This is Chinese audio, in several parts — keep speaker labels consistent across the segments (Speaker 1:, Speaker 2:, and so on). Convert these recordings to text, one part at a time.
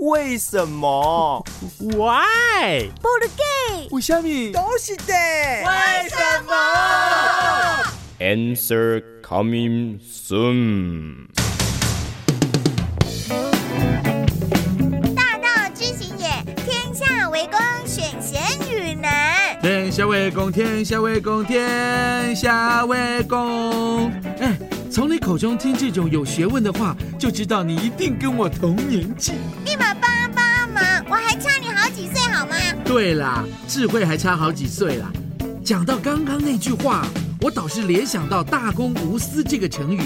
Speaker 1: 为什么？
Speaker 2: Why？
Speaker 3: 不如给
Speaker 2: 为什么？
Speaker 4: 都是的。
Speaker 1: 为什么？
Speaker 5: Answer coming soon。
Speaker 3: 大道之行也，天下为公，选贤与能。
Speaker 2: 天下为公，天下为公，天下为公。哎，从你口中听这种有学问的话，就知道你一定跟我同年纪。
Speaker 3: 立马帮帮忙，我还差你好几岁好吗？
Speaker 2: 对啦，智慧还差好几岁啦。讲到刚刚那句话，我倒是联想到“大公无私”这个成语。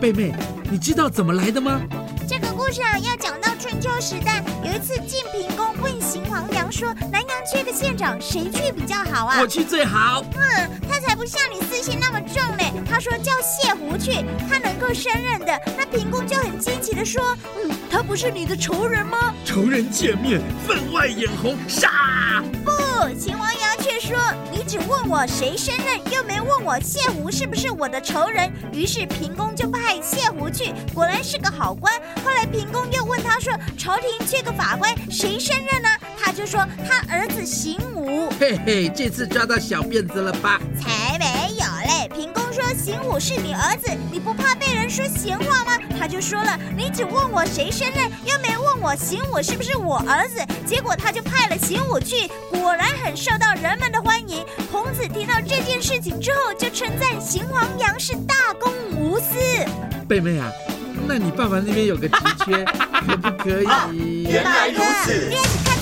Speaker 2: 贝妹，你知道怎么来的吗？
Speaker 3: 这个故事啊，要讲到春秋时代，有一次晋平公问秦王良说，南阳区的县长谁去比较好啊
Speaker 2: 我？去最好。
Speaker 3: 嗯，他才不像你私心那么重嘞。他说叫谢胡去，他能够胜任的。那平公就很惊奇的说，嗯，他不是你的仇人吗？
Speaker 2: 仇人见面，分外眼红，杀！
Speaker 3: 不，秦王瑶却说：“你只问我谁胜任，又没问我谢胡是不是我的仇人。”于是平公就派谢胡去，果然是个好官。后来平公又问他说：“朝廷缺个法官，谁胜任呢？”他就说：“他儿子邢武。
Speaker 2: 嘿嘿，这次抓到小辫子了吧？”
Speaker 3: 才没有嘞！平公说：“邢武是你儿子，你不怕被人说闲话吗？”他就说了：“你只问我谁胜任，又没问我邢武是不是我儿子。”结果他就派了邢武去，果然很受到人们的欢迎。孔子听到这件事情之后，就称赞邢王阳是大公无私。
Speaker 2: 贝妹啊，那你爸爸那边有个职缺，可不可以？
Speaker 3: 原
Speaker 1: 来如此
Speaker 3: 嗯因为你看